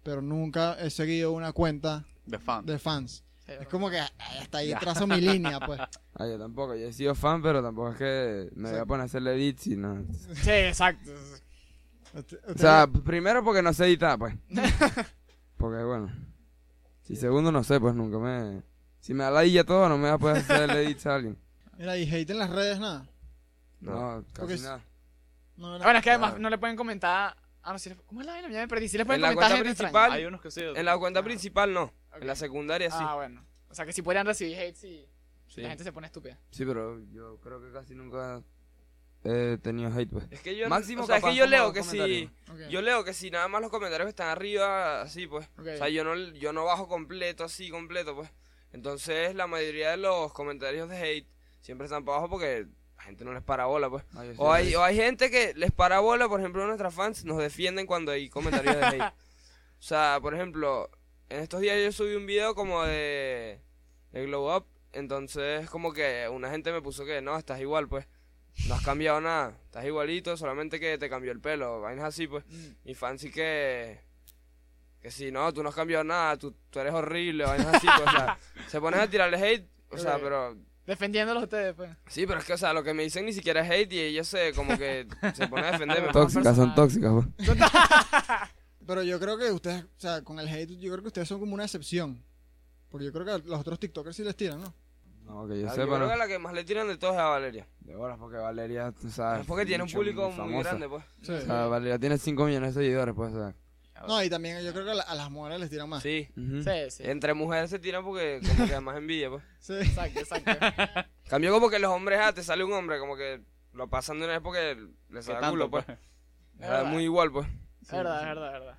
S3: pero nunca he seguido una cuenta
S1: De fan.
S3: de fans.
S4: Sí,
S3: Es como que ah, hasta ahí trazo mi línea, pues.
S6: [laughs] Ah, yo tampoco, yo he sido fan, pero tampoco es que me voy a
S3: Exacto.
S6: poner a hacerle edits y no.
S4: Sí, exacto.
S3: Usted-
S6: O
S3: usted-
S6: sea, primero porque no sé editar,
S3: [laughs]
S6: pues. Porque bueno. Y segundo, no sé, pues nunca me. Si me da la guilla todo, no me va a poder hacerle edits a alguien.
S3: mira, y hate en las redes, nada.
S6: No, casi
S3: Porque es-
S6: nada.
S3: No, no.
S4: Bueno, es que además no le pueden comentar... Ah, no, sí. le- ¿Cómo es la vaina? Ya me perdí. Sí les pueden
S2: En la
S4: comentar
S2: cuenta
S4: gente
S2: principal-
S4: extraña.
S1: Hay unos que sí.
S2: En la cuenta principal no,
S4: Ah. Ok.
S2: en la secundaria sí.
S4: Ah, bueno. O sea, que si podrían recibir hate si
S1: Sí.
S4: la gente se pone estúpida.
S6: Sí, pero yo creo que casi nunca he tenido hate, pues.
S2: Es que yo,
S6: Máximo
S2: o sea, es
S6: capaz
S2: que yo
S6: como
S2: leo
S6: dos
S2: que si
S6: comentarios.
S4: Ok.
S2: yo leo que si nada más los comentarios que están arriba así pues.
S4: Ok.
S2: O sea, yo no yo no bajo completo así completo pues. Entonces, la mayoría de los comentarios de hate siempre están para abajo porque la gente no les para bola pues.
S6: Ah, yo sí
S2: O
S6: he
S2: hay, o hay gente que les para bola, por ejemplo, nuestras fans nos defienden cuando hay comentarios de hate. O sea, por ejemplo, en estos días yo subí un video como de, de Glow Up, entonces como que una gente me puso que no, estás igual, pues. No has cambiado nada, estás igualito, solamente que te cambió el pelo, vainas así, pues.
S6: Mm.
S2: Mi fan sí que... Que si no, tú no has cambiado nada, tú, tú eres horrible, vainas así, pues.
S6: [laughs]
S2: O sea, se pones a tirarle hate, o sea,
S4: Ok.
S2: pero
S4: Defendiéndolos ustedes, pues.
S2: Sí, pero es que, o sea, lo que me dicen ni siquiera es hate y ellos se, como que, se ponen
S6: [laughs]
S2: a defenderme.
S4: Todo-
S6: Tóxicas, son
S4: personal.
S6: tóxicas, pues.
S3: Pero yo creo que ustedes, o sea, con el hate, yo creo que ustedes son como una excepción. Porque yo creo que a los otros TikTokers sí les tiran, ¿no?
S6: No, que yo
S2: Ah,
S6: sepa,
S2: creo
S6: no.
S2: que la que más le tiran de todos es a Valeria.
S6: De horas, porque Valeria, tú sabes.
S2: Es porque tiene un
S6: mucho,
S2: público muy
S6: Ah, famosa.
S2: grande, pues.
S3: Sí.
S6: O sea, Valeria tiene 5 millones de seguidores, pues, o sea.
S3: No, y también yo creo que a, la- a las mujeres les tiran más.
S2: Sí.
S6: Ujú.
S4: Sí, sí.
S2: Entre mujeres se tiran porque como que da más envidia, pues.
S3: Sí.
S4: Exacto,
S2: [laughs]
S4: exacto.
S2: Cambio como que los hombres, ah, te sale un hombre, como que lo pasan de una vez porque les
S1: ¿Qué
S2: da
S1: tanto,
S2: culo, pues.
S1: pues?
S2: Les da muy igual, pues.
S4: Es verdad, es verdad, es verdad.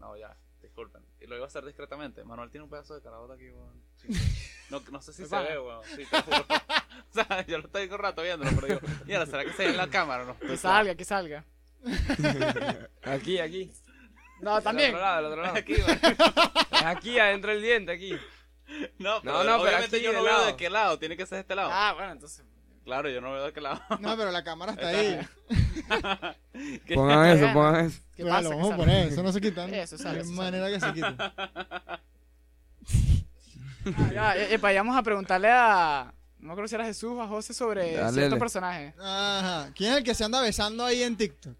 S1: No, ya, disculpen. Y lo iba a hacer discretamente. Manuel tiene un pedazo de carabota aquí, weón.
S2: [laughs]
S1: No, no sé si se ve, weón. Sí, te juro. [laughs] O sea, yo lo estoy un rato viéndolo, pero digo, ¿y ahora será que se ve en la cámara o no?
S4: Que salga, que salga.
S2: Aquí, aquí.
S4: No,
S2: Del
S4: también.
S2: otro lado, del
S4: [laughs]
S2: otro lado.
S1: Aquí, weón.
S2: Es aquí, adentro del diente, aquí.
S1: No, pero,
S2: No, no, pero
S1: obviamente
S2: aquí,
S1: yo no
S2: de
S1: veo
S2: lado.
S1: de qué lado, tiene que ser de este
S2: Oh.
S1: lado.
S4: Ah, bueno, entonces.
S1: Claro, yo no veo de qué lado.
S3: No, pero la cámara está ahí.
S1: ¿Qué?
S6: Pongan eso,
S4: Bueno.
S6: pongan eso.
S4: ¿Qué
S3: Claro,
S4: pasa?
S3: lo
S4: ¿Qué
S3: vamos a
S4: salga?
S3: poner, eso no se quita. ¿no?
S4: Eso sale,
S3: De
S4: eso sale.
S3: manera que se
S4: [laughs]
S3: quita.
S4: Ah, ya, eh, eh, pa, íbamos a preguntarle a. No creo si era Jesús o a José sobre
S6: Dale,
S4: cierto
S6: dale.
S4: personaje.
S3: Ajá. ¿Quién es el que se anda besando ahí en TikTok?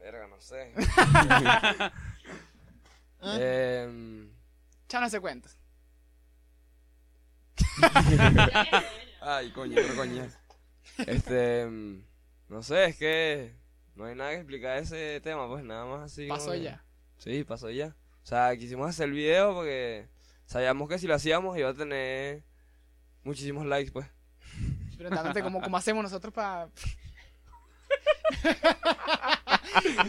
S2: Verga,
S4: [laughs]
S2: no sé.
S3: ¿Ah?
S6: Em,
S2: Eh,
S4: Ya no se cuenta.
S6: Ay, coño, pero coño.
S2: este. mm, No sé, es que. No hay nada que explicar de ese tema, pues nada más así. como
S4: Pasó
S2: que-
S4: ya.
S2: Sí, pasó ya. O sea, quisimos hacer el video porque sabíamos que si lo hacíamos iba a tener muchísimos likes, pues.
S4: Preguntándote cómo, cómo hacemos nosotros para.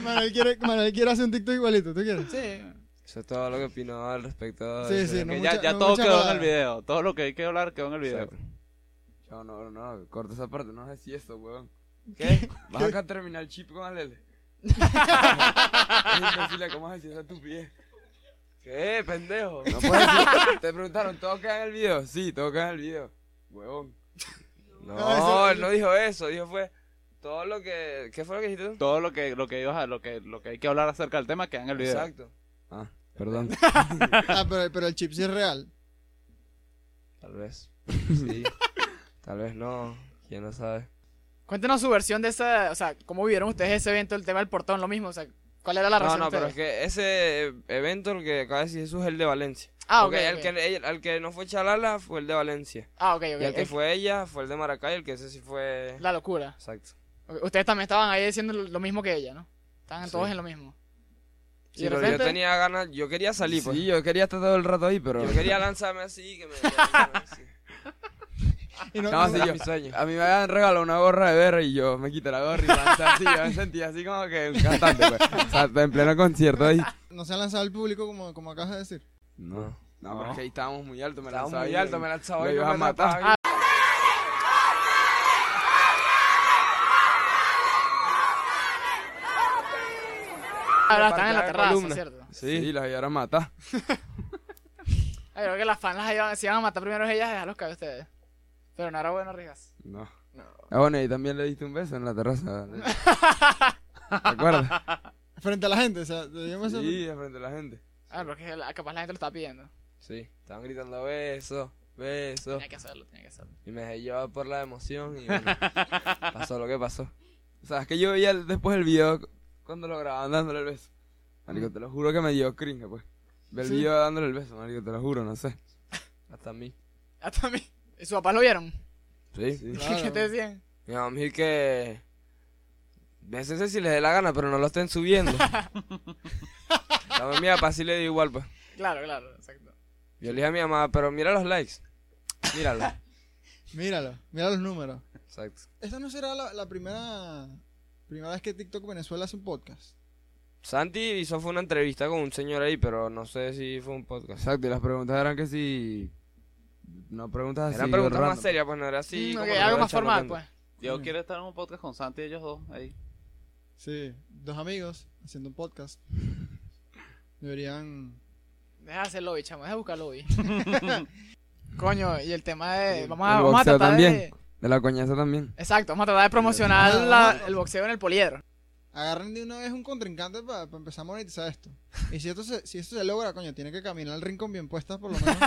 S3: Manuel quiere, Manuel quiere hacer un TikTok igualito, ¿tú quieres?
S4: Sí.
S2: Eso es todo lo que opinaba al respecto.
S3: Sí,
S2: de
S3: sí,
S2: eso.
S3: no
S1: Que
S3: mucha-
S1: ya, ya
S3: no
S1: todo
S3: mucha
S1: quedó en
S3: joda.
S1: el video. Todo lo que hay que hablar quedó en el video.
S2: Exacto.
S6: No, no, no, corta esa parte, no es así eso, weón.
S2: ¿Qué?
S6: Vas acá a terminar el chip con [laughs] Alele. es imposible, ¿cómo vas a decir esa estupidez?
S2: ¿Qué, pendejo?
S6: No puedes decir. Te preguntaron, ¿todo queda en el video? Sí, todo queda en el video. Huevón.
S3: No, eso-
S2: No, él no dijo eso, dijo fue todo lo que... ¿Qué fue lo que dijiste tú?
S1: Todo lo que, lo que ibas a- lo que, lo que hay que hablar acerca del tema queda en el video.
S2: Exacto.
S6: Ah, perdón.
S3: Ah, pero, pero el chip sí es real.
S6: [laughs]
S2: Tal vez. Sí. Tal vez no. ¿Quién lo sabe?
S4: Cuéntenos su versión de esa. O sea, cómo vivieron ustedes ese evento, el tema del portón, lo mismo. O sea, ¿cuál era la
S2: No,
S4: razón?
S2: no, pero es que ese eh, evento, el que acaba de decir Jesús, es el de Valencia.
S4: Ah, ok.
S2: Porque
S4: ok.
S2: El, que, el, el que no fue Chalala fue el de Valencia.
S4: Ah, ok, ok.
S2: Y el que
S4: Es
S2: fue ella fue el de Maracay, el que ese sí fue...
S4: La locura.
S2: Exacto.
S4: Ok, Ustedes también estaban ahí diciendo lo mismo que ella, ¿no? Estaban
S2: Sí.
S4: todos en lo mismo. Y
S2: Sí,
S4: de
S2: pero yo
S4: repente-
S2: tenía ganas, yo quería salir, pues.
S6: Sí, yo quería estar todo el rato ahí, pero.
S2: Yo quería lanzarme así, que me... [laughs] así.
S3: Y no,
S6: No,
S3: no-
S6: sí, yo- Ah,
S2: mi sueño.
S6: A mí me habían regalado una gorra de berro y yo me quité la gorra y lancé así. Yo me sentía así como que un cantante, pues. O sea, en pleno concierto ahí.
S3: no se ha lanzado al público como, como acabas de decir.
S6: No. No, porque ahí estábamos muy alto, me
S2: Estaba
S6: lanzaba
S2: muy
S6: ahí,
S2: alto, me lanzaba
S6: lo
S2: y no
S6: ibas a
S2: me
S6: matar. Ah,
S2: tapaba.
S4: Ahora están en la
S2: Parqueada
S4: terraza,
S2: columna.
S4: ¿cierto?
S6: Sí, y las iban a matar.
S4: Ay, creo que las fans las iban, se iban a matar primero ellas y dejarlos caer ustedes. Pero no era bueno, Rijas.
S6: No. Ah, bueno, y también le diste un beso en la terraza.
S2: [laughs]
S6: ¿no? ¿Te acuerdas?
S3: Frente a la gente, o sea, debíamos hacer-
S6: Sí, de frente a la gente.
S4: Ah, pero es que la- capaz la gente lo está pidiendo.
S2: Sí, estaban gritando besos, besos.
S4: Tenía que hacerlo, tenía que hacerlo.
S2: Y me dejé llevar por la emoción y [laughs] bueno, pasó lo que pasó.
S6: O sea, es que yo veía el- después el video cu- cuando lo grababan dándole el beso. Marico, te lo juro que me dio cringe, pues. Ve el video dándole el beso, marico, te lo juro, no sé.
S2: Hasta a mí.
S4: Hasta a mí. Ah, ¿Y sus papás lo vieron? [laughs]
S2: Sí.
S3: [laughs] Claro.
S4: ¿Qué te decían?
S2: Mi mamá me dijo que... Bésense si les dé la gana, pero no lo estén subiendo. [laughs] También mi papá sí le dio igual, pues.
S4: Claro, claro, exacto.
S2: Yo le dije a mi mamá, pero mira los likes. [laughs] Míralo.
S3: Míralo, mira los números.
S2: Exacto.
S3: Esta no será la, la primera primera vez que TikTok Venezuela hace un podcast.
S2: Santi hizo fue una entrevista con un señor ahí, pero no sé si fue un podcast.
S6: Exacto, y las preguntas eran que si. No preguntas así.
S2: Eran preguntas
S6: random.
S2: más serias, pues no era así.
S4: Mm,
S2: como
S4: ok,
S2: lo
S4: algo
S2: de
S4: más
S2: Charlo
S4: formal,
S2: Candor.
S4: pues.
S1: Yo quiero estar en un podcast con Santi y ellos dos ahí.
S3: Sí, dos amigos haciendo un podcast. Deberían
S4: pues. Deja de hacer lobby, chamo, deja de buscar lobby. Coño, y el tema de. Vamos
S6: El
S4: a, vamos a
S6: boxeo
S4: tratar
S6: también.
S4: de.
S6: De la coñaza también.
S4: Exacto, vamos a tratar de promocionar
S3: Ah,
S4: la-
S3: bueno.
S4: el boxeo en el poliedro.
S3: agarren de una vez un contrincante para empezar a monetizar esto. Y si esto se, si esto se logra, coño, tiene que caminar al rincón bien puesta por lo menos.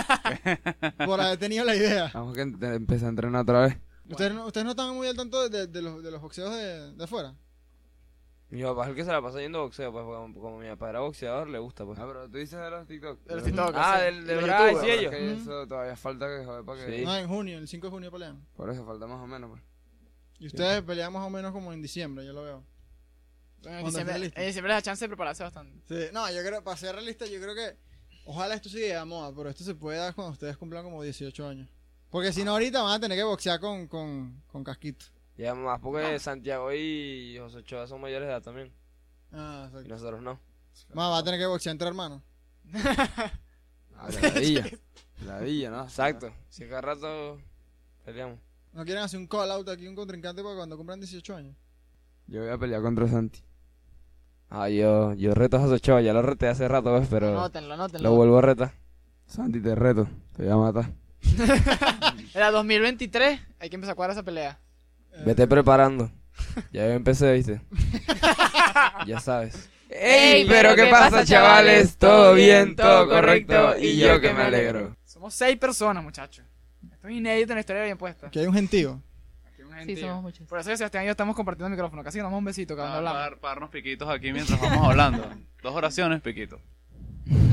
S3: por haber tenido la idea.
S6: Vamos que te- empecé a entrenar otra vez.
S3: ¿Ustedes, no, ustedes no están muy al tanto de, de- de los, de los boxeos de, de afuera.
S6: Mi papá es el que se la pasa yendo a boxeo, pues porque como, como mi papá era boxeador, le gusta, pues.
S2: Ah, pero tú dices de los TikTok.
S4: De los TikTok,
S6: Ah,
S4: sí.
S6: del, del
S4: Los
S6: Bryce
S4: youtubers.
S6: y ellos.
S2: Que eso todavía falta que joder para que.
S6: Sí.
S3: No, en junio, el 5 de junio pelean.
S2: Por eso falta más o menos. Pues.
S3: Y ustedes pelean más o menos como en diciembre, yo lo veo.
S4: Bueno, en
S3: Cuando
S4: diciembre,
S3: esté listo.
S4: en diciembre es la chance de prepararse bastante.
S3: Sí, no, yo creo, para ser realista, yo creo que. Ojalá esto siga de moda, pero esto se puede dar cuando ustedes cumplan como 18 años. Porque si no, ahorita van a tener que boxear con, con, con casquito.
S6: Y además porque
S4: Ah.
S6: Santiago y José Ochoa son mayores de edad también.
S3: Ah, exacto.
S6: Y nosotros no.
S3: Más, va a tener que boxear entre hermanos.
S4: [laughs]
S2: Ah, la villa. la villa, ¿no?
S6: Exacto.
S4: ah.
S6: Si cada rato peleamos.
S3: ¿No quieren hacer un call out aquí, un contrincante para cuando cumplan 18 años?
S2: Yo voy a pelear contra Santi.
S6: Ah, yo, yo reto a José Ochoa, ya lo reté hace rato, pues, pero
S4: Anótenlo,
S6: lo
S4: anótenlo.
S6: vuelvo a retar.
S2: Santi, te reto. Te voy a matar.
S4: Era 2023, hay que empezar a cuadrar esa pelea.
S3: Eh,
S6: Vete preparando. Ya yo empecé, viste. ya sabes.
S7: Ey, [laughs] pero ¿qué pasa, chavales?
S6: Todo
S7: bien, todo correcto, y yo que me alegro.
S4: Somos seis personas, muchachos. Esto es inédito en la historia de bien puesta.
S3: Que hay un gentío.
S4: Aquí hay un
S7: Sí,
S4: gentío.
S7: somos muchos.
S4: Por eso que Sebastián y yo estamos compartiendo el micrófono. Casi nos damos un besito
S1: Para,
S4: cuando hablamos.
S1: dar- para darnos piquitos aquí mientras vamos [laughs] hablando. Dos oraciones, piquito.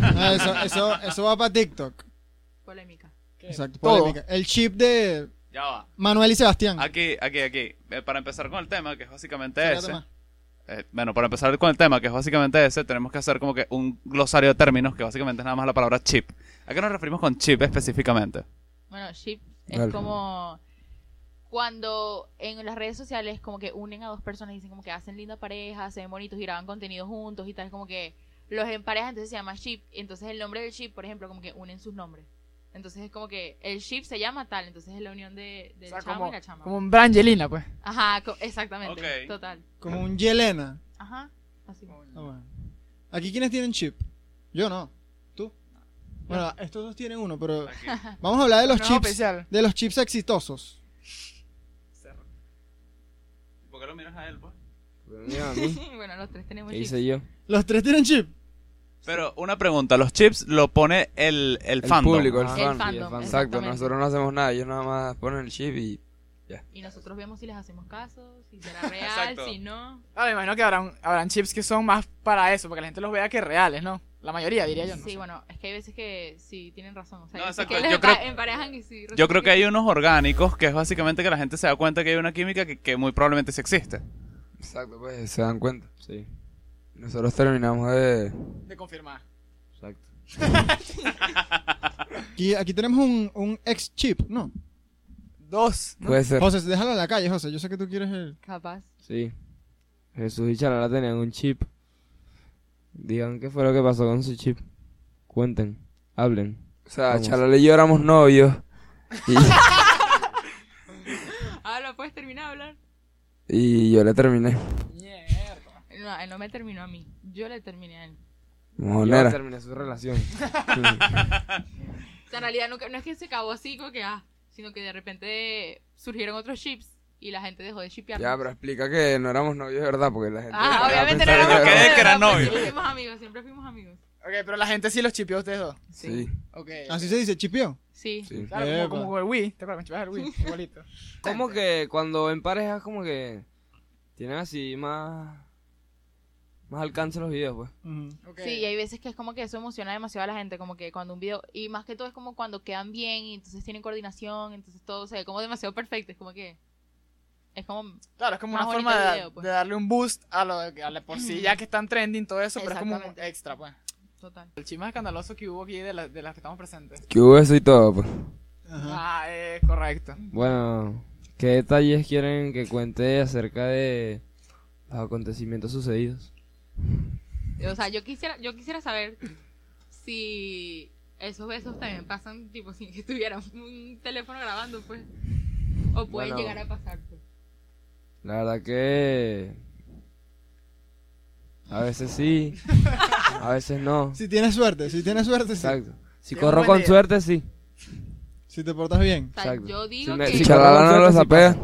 S3: Ah, eso, eso, eso va para TikTok.
S7: Polémica.
S3: Exacto,
S4: Todo.
S3: polémica. El chip de
S1: Ya va.
S3: Manuel y Sebastián.
S1: Aquí, aquí, aquí. Eh, para empezar con el tema, que es básicamente
S3: Sácate
S1: ese.
S3: más.
S1: eh, bueno, para empezar con el tema, que es básicamente ese, tenemos que hacer como que un glosario de términos, que básicamente es nada más la palabra chip. ¿A qué nos referimos con chip específicamente?
S7: Bueno, chip es
S2: Vale.
S7: como cuando en las redes sociales como que unen a dos personas y dicen como que hacen linda pareja, se ven bonitos y graban contenido juntos y tal, como que los emparejan, entonces se llama chip. Entonces el nombre del chip, por ejemplo, como que unen sus nombres. Entonces es como que el chip se llama tal, entonces es la unión de,
S4: O
S7: del
S4: sea,
S7: chamo
S4: como,
S7: y la chama.
S4: como un Brangelina, pues.
S7: Ajá, co- exactamente.
S1: Ok.
S7: Total.
S3: Como un Yelena.
S7: Ajá. Así.
S3: Ah, bueno. ¿Aquí quiénes tienen chip? Yo no. ¿Tú? Bueno, estos dos tienen uno, pero
S1: Aquí.
S3: vamos a hablar de los
S4: No, pues
S3: chips.
S4: oficial.
S3: De los chips exitosos.
S1: ¿Por qué lo miras a él, pues?
S7: [laughs] bueno, los tres tenemos
S6: ¿Qué
S7: chip.
S6: hice yo?
S3: Los tres tienen chip.
S1: Pero una pregunta, los chips lo pone el, el,
S2: El
S1: fandom.
S2: público, el,
S6: Ah,
S2: fan.
S6: sí,
S7: el fandom,
S2: Exacto,
S7: exactamente.
S2: nosotros no hacemos nada. Ellos nada más ponen el chip y.
S7: Y nosotros vemos si les hacemos caso,
S1: [laughs]
S7: si será real,
S1: Exacto.
S7: si no.
S4: Ahora me imagino que habrán, habrán chips que son más para eso, para que la gente los vea que reales, ¿no? La mayoría, diría yo. no
S7: sí,
S4: sé.
S7: bueno, es que hay veces que sí tienen razón. O sea,
S1: No,
S7: hay veces
S1: exacto,
S7: que les
S1: yo creo-
S7: empa- emparejan y sí.
S1: Yo
S7: resulta
S1: creo que hay unos orgánicos que es básicamente que la gente se da cuenta que hay una química que, que muy probablemente sí existe.
S2: Exacto, pues se dan cuenta. Sí. Nosotros terminamos de.
S4: De confirmar.
S2: Exacto.
S3: Aquí, aquí tenemos un, un ex chip, ¿no?
S4: Dos. ¿no?
S2: Puede ser.
S3: José, déjalo en la calle, José. Yo sé que tú quieres el.
S7: Capaz.
S6: Sí. Jesús y Charala tenían un chip. Digan qué fue lo que pasó con su chip. Cuenten. Hablen.
S2: O sea,
S6: Vamos.
S2: Charale y yo éramos novios. Y,
S7: Habla, Ah, puedes terminar de hablar.
S2: y yo le terminé.
S4: Mierda.
S7: No, él no me terminó a mí. Yo le terminé a él.
S6: Yo
S2: Mojonera.
S6: terminé su relación.
S7: O sea, en realidad nunca, no es que se acabó así, como que ah, sino que de repente surgieron otros chips y la gente dejó de shipear.
S2: Ya, pero explica que no éramos novios, de ¿verdad? Porque la gente.
S7: Ah,
S2: va a
S7: obviamente no
S2: pensar
S7: éramos
S1: que-
S7: novios,
S1: que eran
S7: pero
S1: novios.
S7: Siempre fuimos amigos, siempre fuimos amigos.
S4: Ok, pero la gente sí los chipió a ustedes dos.
S2: Sí,
S4: Ok.
S3: Así se dice, chipio.
S7: Sí.
S2: sí.
S4: Claro,
S3: Epa.
S4: como, como con el Wii. ¿Te acuerdas? Me chipabas el Wii. Igualito.
S6: Como que cuando en parejas como que tienen así más más alcance los videos, pues.
S3: Ujú.
S4: Ok.
S7: Sí, y hay veces que es como que eso emociona demasiado a la gente, como que cuando un video, y más que todo es como cuando quedan bien y entonces tienen coordinación, entonces todo se ve como demasiado perfecto, es como que... Es como...
S4: Claro, es como
S7: Más
S4: una
S7: bonito
S4: forma
S7: el
S4: de,
S7: video, pues.
S4: de darle un boost a lo a la por sí ya que están trending todo eso, pero es como un
S7: Exactamente.
S4: extra, pues.
S7: Total.
S4: El chisme más escandaloso que hubo aquí de, la- de las que estamos presentes.
S2: Que hubo eso y todo, pues.
S3: Ajá.
S4: Ah, es correcto.
S6: Bueno, ¿qué detalles quieren que cuente acerca de los acontecimientos sucedidos?
S7: O sea, yo quisiera, yo quisiera saber si esos besos también pasan tipo [laughs] sin que tuvieran un teléfono grabando, pues. O pueden
S6: Bueno.
S7: llegar a pasar, pues.
S6: La verdad que a veces sí, a veces no.
S3: Si tienes suerte, si tienes suerte, sí.
S6: Exacto. Si
S4: Tiene
S6: corro
S4: buen
S6: con
S4: día.
S6: suerte, sí.
S3: si te portas bien.
S7: O sea,
S6: Exacto.
S7: yo digo
S6: Si me-
S7: que...
S2: Si
S6: Sí,
S2: Charala no
S6: claro,
S2: lo
S6: sí
S2: sapea.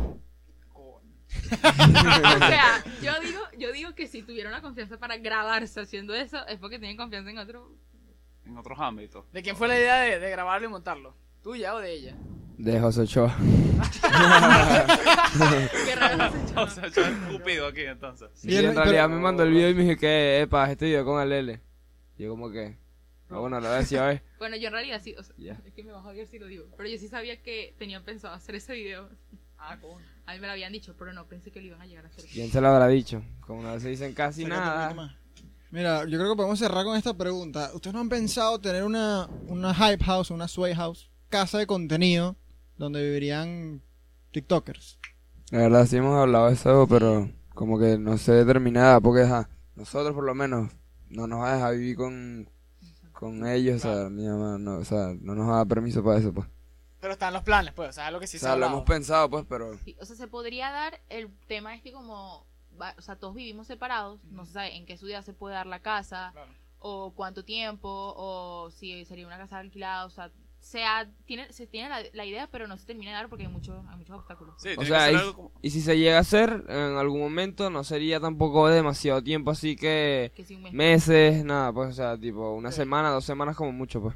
S7: [laughs] o sea, yo digo, yo digo que si tuvieron la confianza para grabarse haciendo eso, es porque tienen confianza en otro...
S1: En otros ámbitos. [laughs]
S4: ¿De quién fue la idea de, de grabarlo y montarlo? ¿Tuya o de ella?
S6: de José Ochoa.
S7: Qué raro
S6: [laughs]
S7: ese chamo.
S1: O sea, yo escupido aquí entonces.
S6: Y
S3: el-
S6: en realidad
S3: pero-
S6: me mandó el video y me dije que, epa, este video con el L. Y Yo como que, ah, bueno, la vez ya ves.
S7: Bueno, yo en realidad sí, o sea,
S6: Ya.
S7: es que me vas a odiar si lo digo, pero yo sí sabía que tenían pensado hacer ese video.
S4: Ah, coño.
S7: A mí me lo habían dicho, pero no pensé que lo iban a llegar a hacer.
S6: ¿Quién se lo habrá dicho? Como no se dicen casi
S3: Sácate un poquito
S6: nada.
S3: más. Mira, yo creo que podemos cerrar con esta pregunta. ¿Ustedes no han pensado tener una, una hype house, una sway house, casa de contenido donde vivirían TikTokers?
S6: La verdad sí hemos hablado de eso, pero como que no se determinada, porque ajá, nosotros por lo menos no nos va a dejar vivir con, con ellos, o sea, mi mamá no, o sea, no nos va a dar permiso para eso, pues.
S4: Pero están los planes, pues. O sea, es lo que sí
S6: o
S4: se ha
S6: sea, lo
S4: hablado.
S6: hemos pensado, pues, pero...
S7: Sí, o sea, se podría dar, el tema es que como, va- o sea, todos vivimos separados, no se sabe en qué ciudad se puede dar la casa,
S4: Claro.
S7: o cuánto tiempo, o si sería una casa alquilada, o sea, se ha- tiene, se tiene la, la idea, pero no se termina de dar porque hay, muchos hay muchos obstáculos.
S1: Sí,
S6: O
S1: tiene
S6: sea,
S1: que ser
S6: y,
S1: algo como...
S6: y si se llega a hacer, en algún momento no sería tampoco demasiado tiempo, así que
S7: Que si un mes-
S6: meses, nada, pues, o sea, tipo una
S7: Sí.
S6: semana, dos semanas como mucho, pues.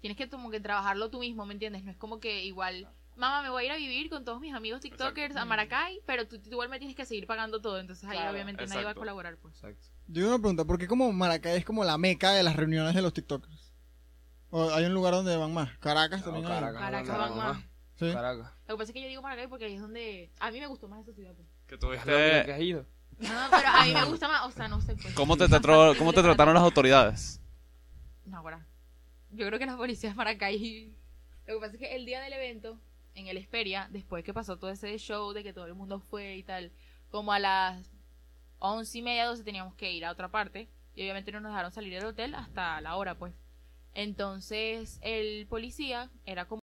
S7: tienes que como que trabajarlo tú mismo, ¿me entiendes? No es como que igual, mamá, me voy a ir a vivir con todos mis amigos TikTokers a Maracay, pero tú, tú igual me tienes que seguir pagando todo, entonces ahí
S4: Claro,
S7: obviamente nadie va a
S1: exacto.
S7: colaborar, pues.
S6: Exacto.
S3: Yo tengo una pregunta, ¿por qué como Maracay es como la meca de las reuniones de los TikTokers? ¿O hay un lugar donde van más? Caracas también. hay.
S7: Caracas,
S6: no,
S7: Bagua.
S6: no,
S3: Sí.
S6: Caracas.
S7: Lo que pasa es que yo digo Maracay porque ahí es donde a mí me gustó más esa ciudad. pues.
S1: Que
S6: Es la única que
S1: tuviste...
S6: has ido.
S7: No, pero a mí me gusta más, o sea, no sé. Pues.
S1: ¿Cómo te, trató- cómo te trataron las autoridades?
S7: No, ahora. Yo creo que las policías de Maracay. Lo que pasa es que el día del evento, en el Esperia, después que pasó todo ese show de que todo el mundo fue y tal, como a las once y media, doce teníamos que ir a otra parte. Y obviamente no nos dejaron salir del hotel hasta la hora, pues. Entonces, el policía era como.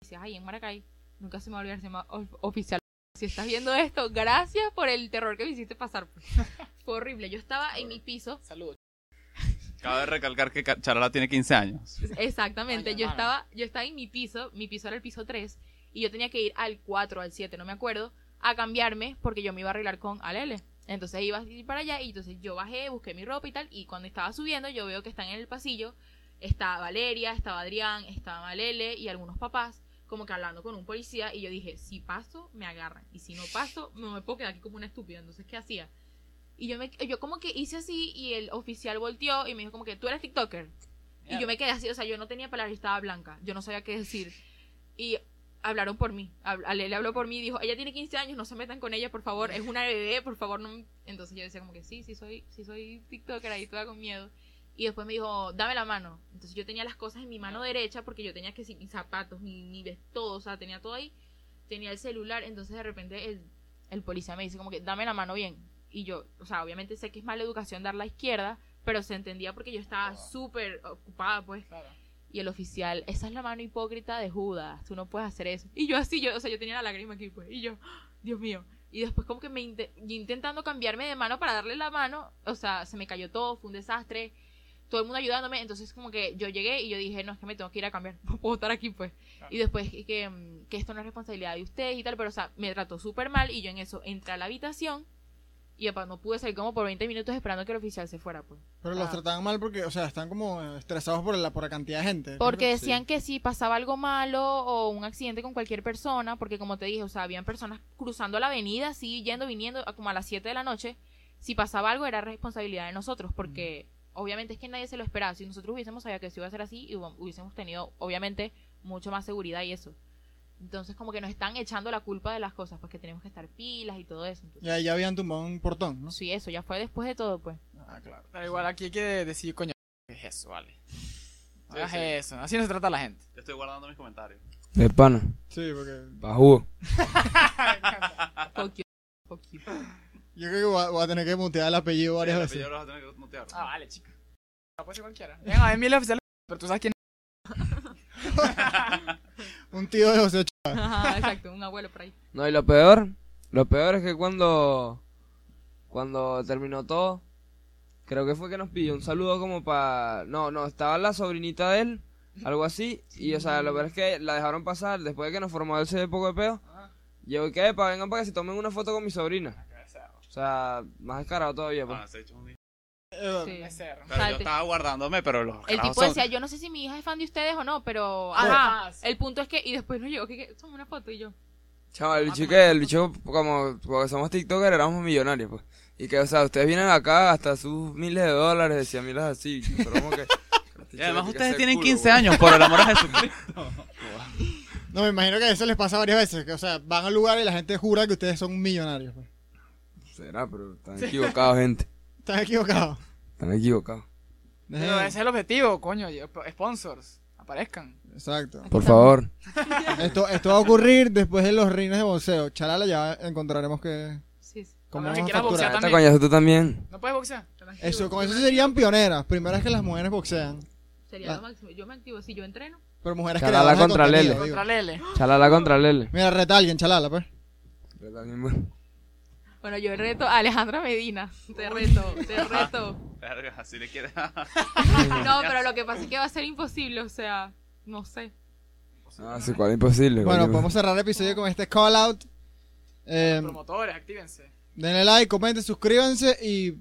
S7: Policías ahí en Maracay. Nunca se me va a olvidar, se llama of- oficial. Si estás viendo esto, gracias por el terror que me hiciste pasar. pues. Fue horrible. Yo estaba en mi piso
S4: Saludos.
S1: Cabe recalcar que Ca- Charala tiene 15 años.
S7: [laughs] Exactamente,
S4: Ay,
S7: yo
S4: hermano.
S7: estaba yo estaba en mi piso, mi piso era el piso 3 y yo tenía que ir al 4, al 7, no me acuerdo, a cambiarme porque yo me iba a arreglar con Alele. Entonces iba a ir para allá y entonces yo bajé, busqué mi ropa y tal y cuando estaba subiendo yo veo que están en el pasillo, estaba Valeria, estaba Adrián, estaba Alele y algunos papás como que hablando con un policía y yo dije, si paso me agarran y si no paso no me puedo quedar aquí como una estúpida, entonces ¿qué hacía? Y yo, me, yo como que hice así y el oficial volteó y me dijo como que tú eres TikToker. Y yo me quedé así, o sea, yo no tenía palabras, yo estaba blanca, yo no sabía qué decir. Y hablaron por mí, hab- Ale le habló por mí, dijo, ella tiene 15 años, no se metan con ella, por favor, es una bebé, por favor, no... me-". Entonces yo decía como que sí, sí soy, sí soy TikToker, ahí toda con miedo. Y después me dijo, dame la mano. Entonces yo tenía las cosas en mi mano derecha porque yo tenía que sí, mis zapatos, mi, mi vest- todo, o sea, tenía todo ahí. Tenía el celular, entonces de repente el, el policía me dice como que, dame la mano bien. Y yo, o sea, obviamente sé que es mala educación dar la izquierda, pero se entendía porque yo estaba súper ocupada, pues.
S4: Claro.
S7: Y el oficial, esa es la mano hipócrita de Judas, tú no puedes hacer eso. Y yo así, yo, o sea, yo tenía la lágrima aquí, pues, y yo, Dios mío. Y después como que me inte- y intentando cambiarme de mano para darle la mano, o sea, se me cayó todo, fue un desastre, todo el mundo ayudándome, entonces como que yo llegué y yo dije, no, es que me tengo que ir a cambiar, [laughs] no puedo estar aquí, pues. Y después que, que, mm, que esto no es responsabilidad de ustedes y tal, pero, o sea, me trató súper mal y yo en eso entré a la habitación y, epa, no pude salir como por 20 minutos esperando que el oficial se fuera, pues.
S3: Pero los
S7: Ah.
S3: trataban mal porque, o sea, están como eh, estresados por la, por la cantidad de gente.
S7: Porque decían que si pasaba algo malo o un accidente con cualquier persona, porque como te dije, o sea, habían personas cruzando la avenida, así, yendo, viniendo, a- como a las 7 de la noche, si pasaba algo era responsabilidad de nosotros, porque obviamente es que nadie se lo esperaba. Si nosotros hubiésemos sabido que se iba a ser así, y hubo- hubiésemos tenido, obviamente, mucho más seguridad y eso. Entonces, como que nos están echando la culpa de las cosas, pues que tenemos que estar pilas y todo eso. Entonces,
S3: Ya, ya habían tumbado un portón, ¿no?
S7: sí, eso ya fue después de todo, pues.
S3: Ah, claro.
S4: Pero igual aquí hay que decir, coño, ¿qué es eso, vale? No
S1: Sí,
S4: hagas
S1: sí.
S4: eso. Así no se trata la gente.
S1: Yo estoy guardando mis comentarios.
S6: De pana,
S3: Sí, porque
S6: pa' jugo.
S7: Fuck you, fuck you.
S3: yo creo que voy a, voy a tener que mutear el apellido varias
S1: Sí, el
S3: veces.
S1: apellido lo vas a tener que mutear.
S4: Ah, vale, chica. No puede ser cualquiera. Venga, a ver, miles oficiales. Pero tú sabes quién
S3: [laughs] Un tío de José Ochoa.
S7: Ajá, Exacto, un abuelo por ahí.
S6: No, y lo peor, lo peor es que cuando cuando terminó todo, creo que fue que nos pidió un saludo como para no, no, estaba la sobrinita de él, algo así, y o sea, lo peor es que la dejaron pasar después de que nos formó ese poco de pedo. Llegó y que, para vengan para que se tomen una foto con mi sobrina.
S4: es.
S6: O sea, más descarado todavía, pues.
S1: Ah, se ha hecho un
S3: Eh,
S7: Sí.
S4: Becerra.
S1: Pero yo
S7: Salte.
S1: estaba guardándome, pero los
S7: El
S1: carajos
S7: tipo
S1: son-
S7: decía, yo no sé si mi hija es fan de ustedes o no, pero...
S4: Ah,
S7: Ajá.
S4: sí.
S7: El punto es que... Y después nos llegó que, que toma una foto y yo...
S6: Chama, el bicho que, el bicho, como, porque somos TikTokers, éramos millonarios, pues. Y que, o sea, ustedes vienen acá hasta sus miles de dólares, de cien miles así. Pero como
S1: [laughs]
S6: que.
S1: Y además ustedes tienen 15 años, por el amor a Jesucristo.
S3: No, me imagino que eso les pasa varias veces. Que, o sea, van al lugar y la gente jura que ustedes son millonarios. pues.
S6: Será, pero están equivocados, gente.
S3: Están equivocados.
S6: Están equivocados.
S4: Pero
S3: Eh,
S4: ese es el objetivo, coño. yo- Sponsors, aparezcan.
S3: Exacto.
S6: Por favor.
S3: Esto, esto va a ocurrir después de los rines de boxeo. Chalala, ya encontraremos que.
S7: Sí, sí.
S3: cómo
S4: A
S3: vamos
S4: menos que
S3: a
S4: quieras boxear
S3: facturar.
S6: Esta
S4: También.
S6: coñazo tú también.
S4: No puedes boxear. tranquilo.
S3: Eso, con eso serían pioneras. Primera es que las mujeres boxean.
S7: Sería
S3: La-
S7: lo máximo. Yo me activo. Si yo entreno...
S3: Pero mujeres
S6: Chalala
S3: creadoras de
S6: contra
S3: contenido,
S6: Lele.
S3: digo.
S4: Contra Lele.
S6: Chalala contra Lele.
S3: Mira, reta a alguien, chalala, pues.
S6: Pero también, bueno.
S7: Bueno, yo reto a Alejandra Medina. Te reto, te reto.
S1: Verga, así le quieres.
S7: No, pero lo que pasa es que va a ser imposible, o sea, no sé.
S6: Ah, sí, cuál es imposible.
S3: Bueno,
S6: cuál es
S3: podemos cerrar el episodio con este call out. Eh,
S4: Promotores, actívense.
S3: denle like, comenten, suscríbanse y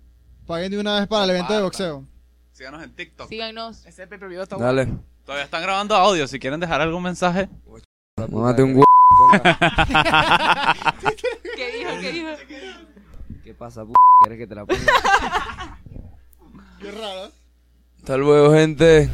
S3: paguen de una vez para el evento de boxeo.
S1: Síganos en TikTok.
S7: Síganos.
S4: Ese pay per view está
S6: imposible.
S4: bueno.
S6: Dale.
S1: Todavía están grabando audio, si quieren dejar algún mensaje.
S6: Mámate un huevo.
S7: ¿Qué dijo? ¿Qué dijo?
S2: ¿Qué pasa, p? ¿Quieres que te la ponga?
S3: Qué raro.
S6: Hasta luego, gente.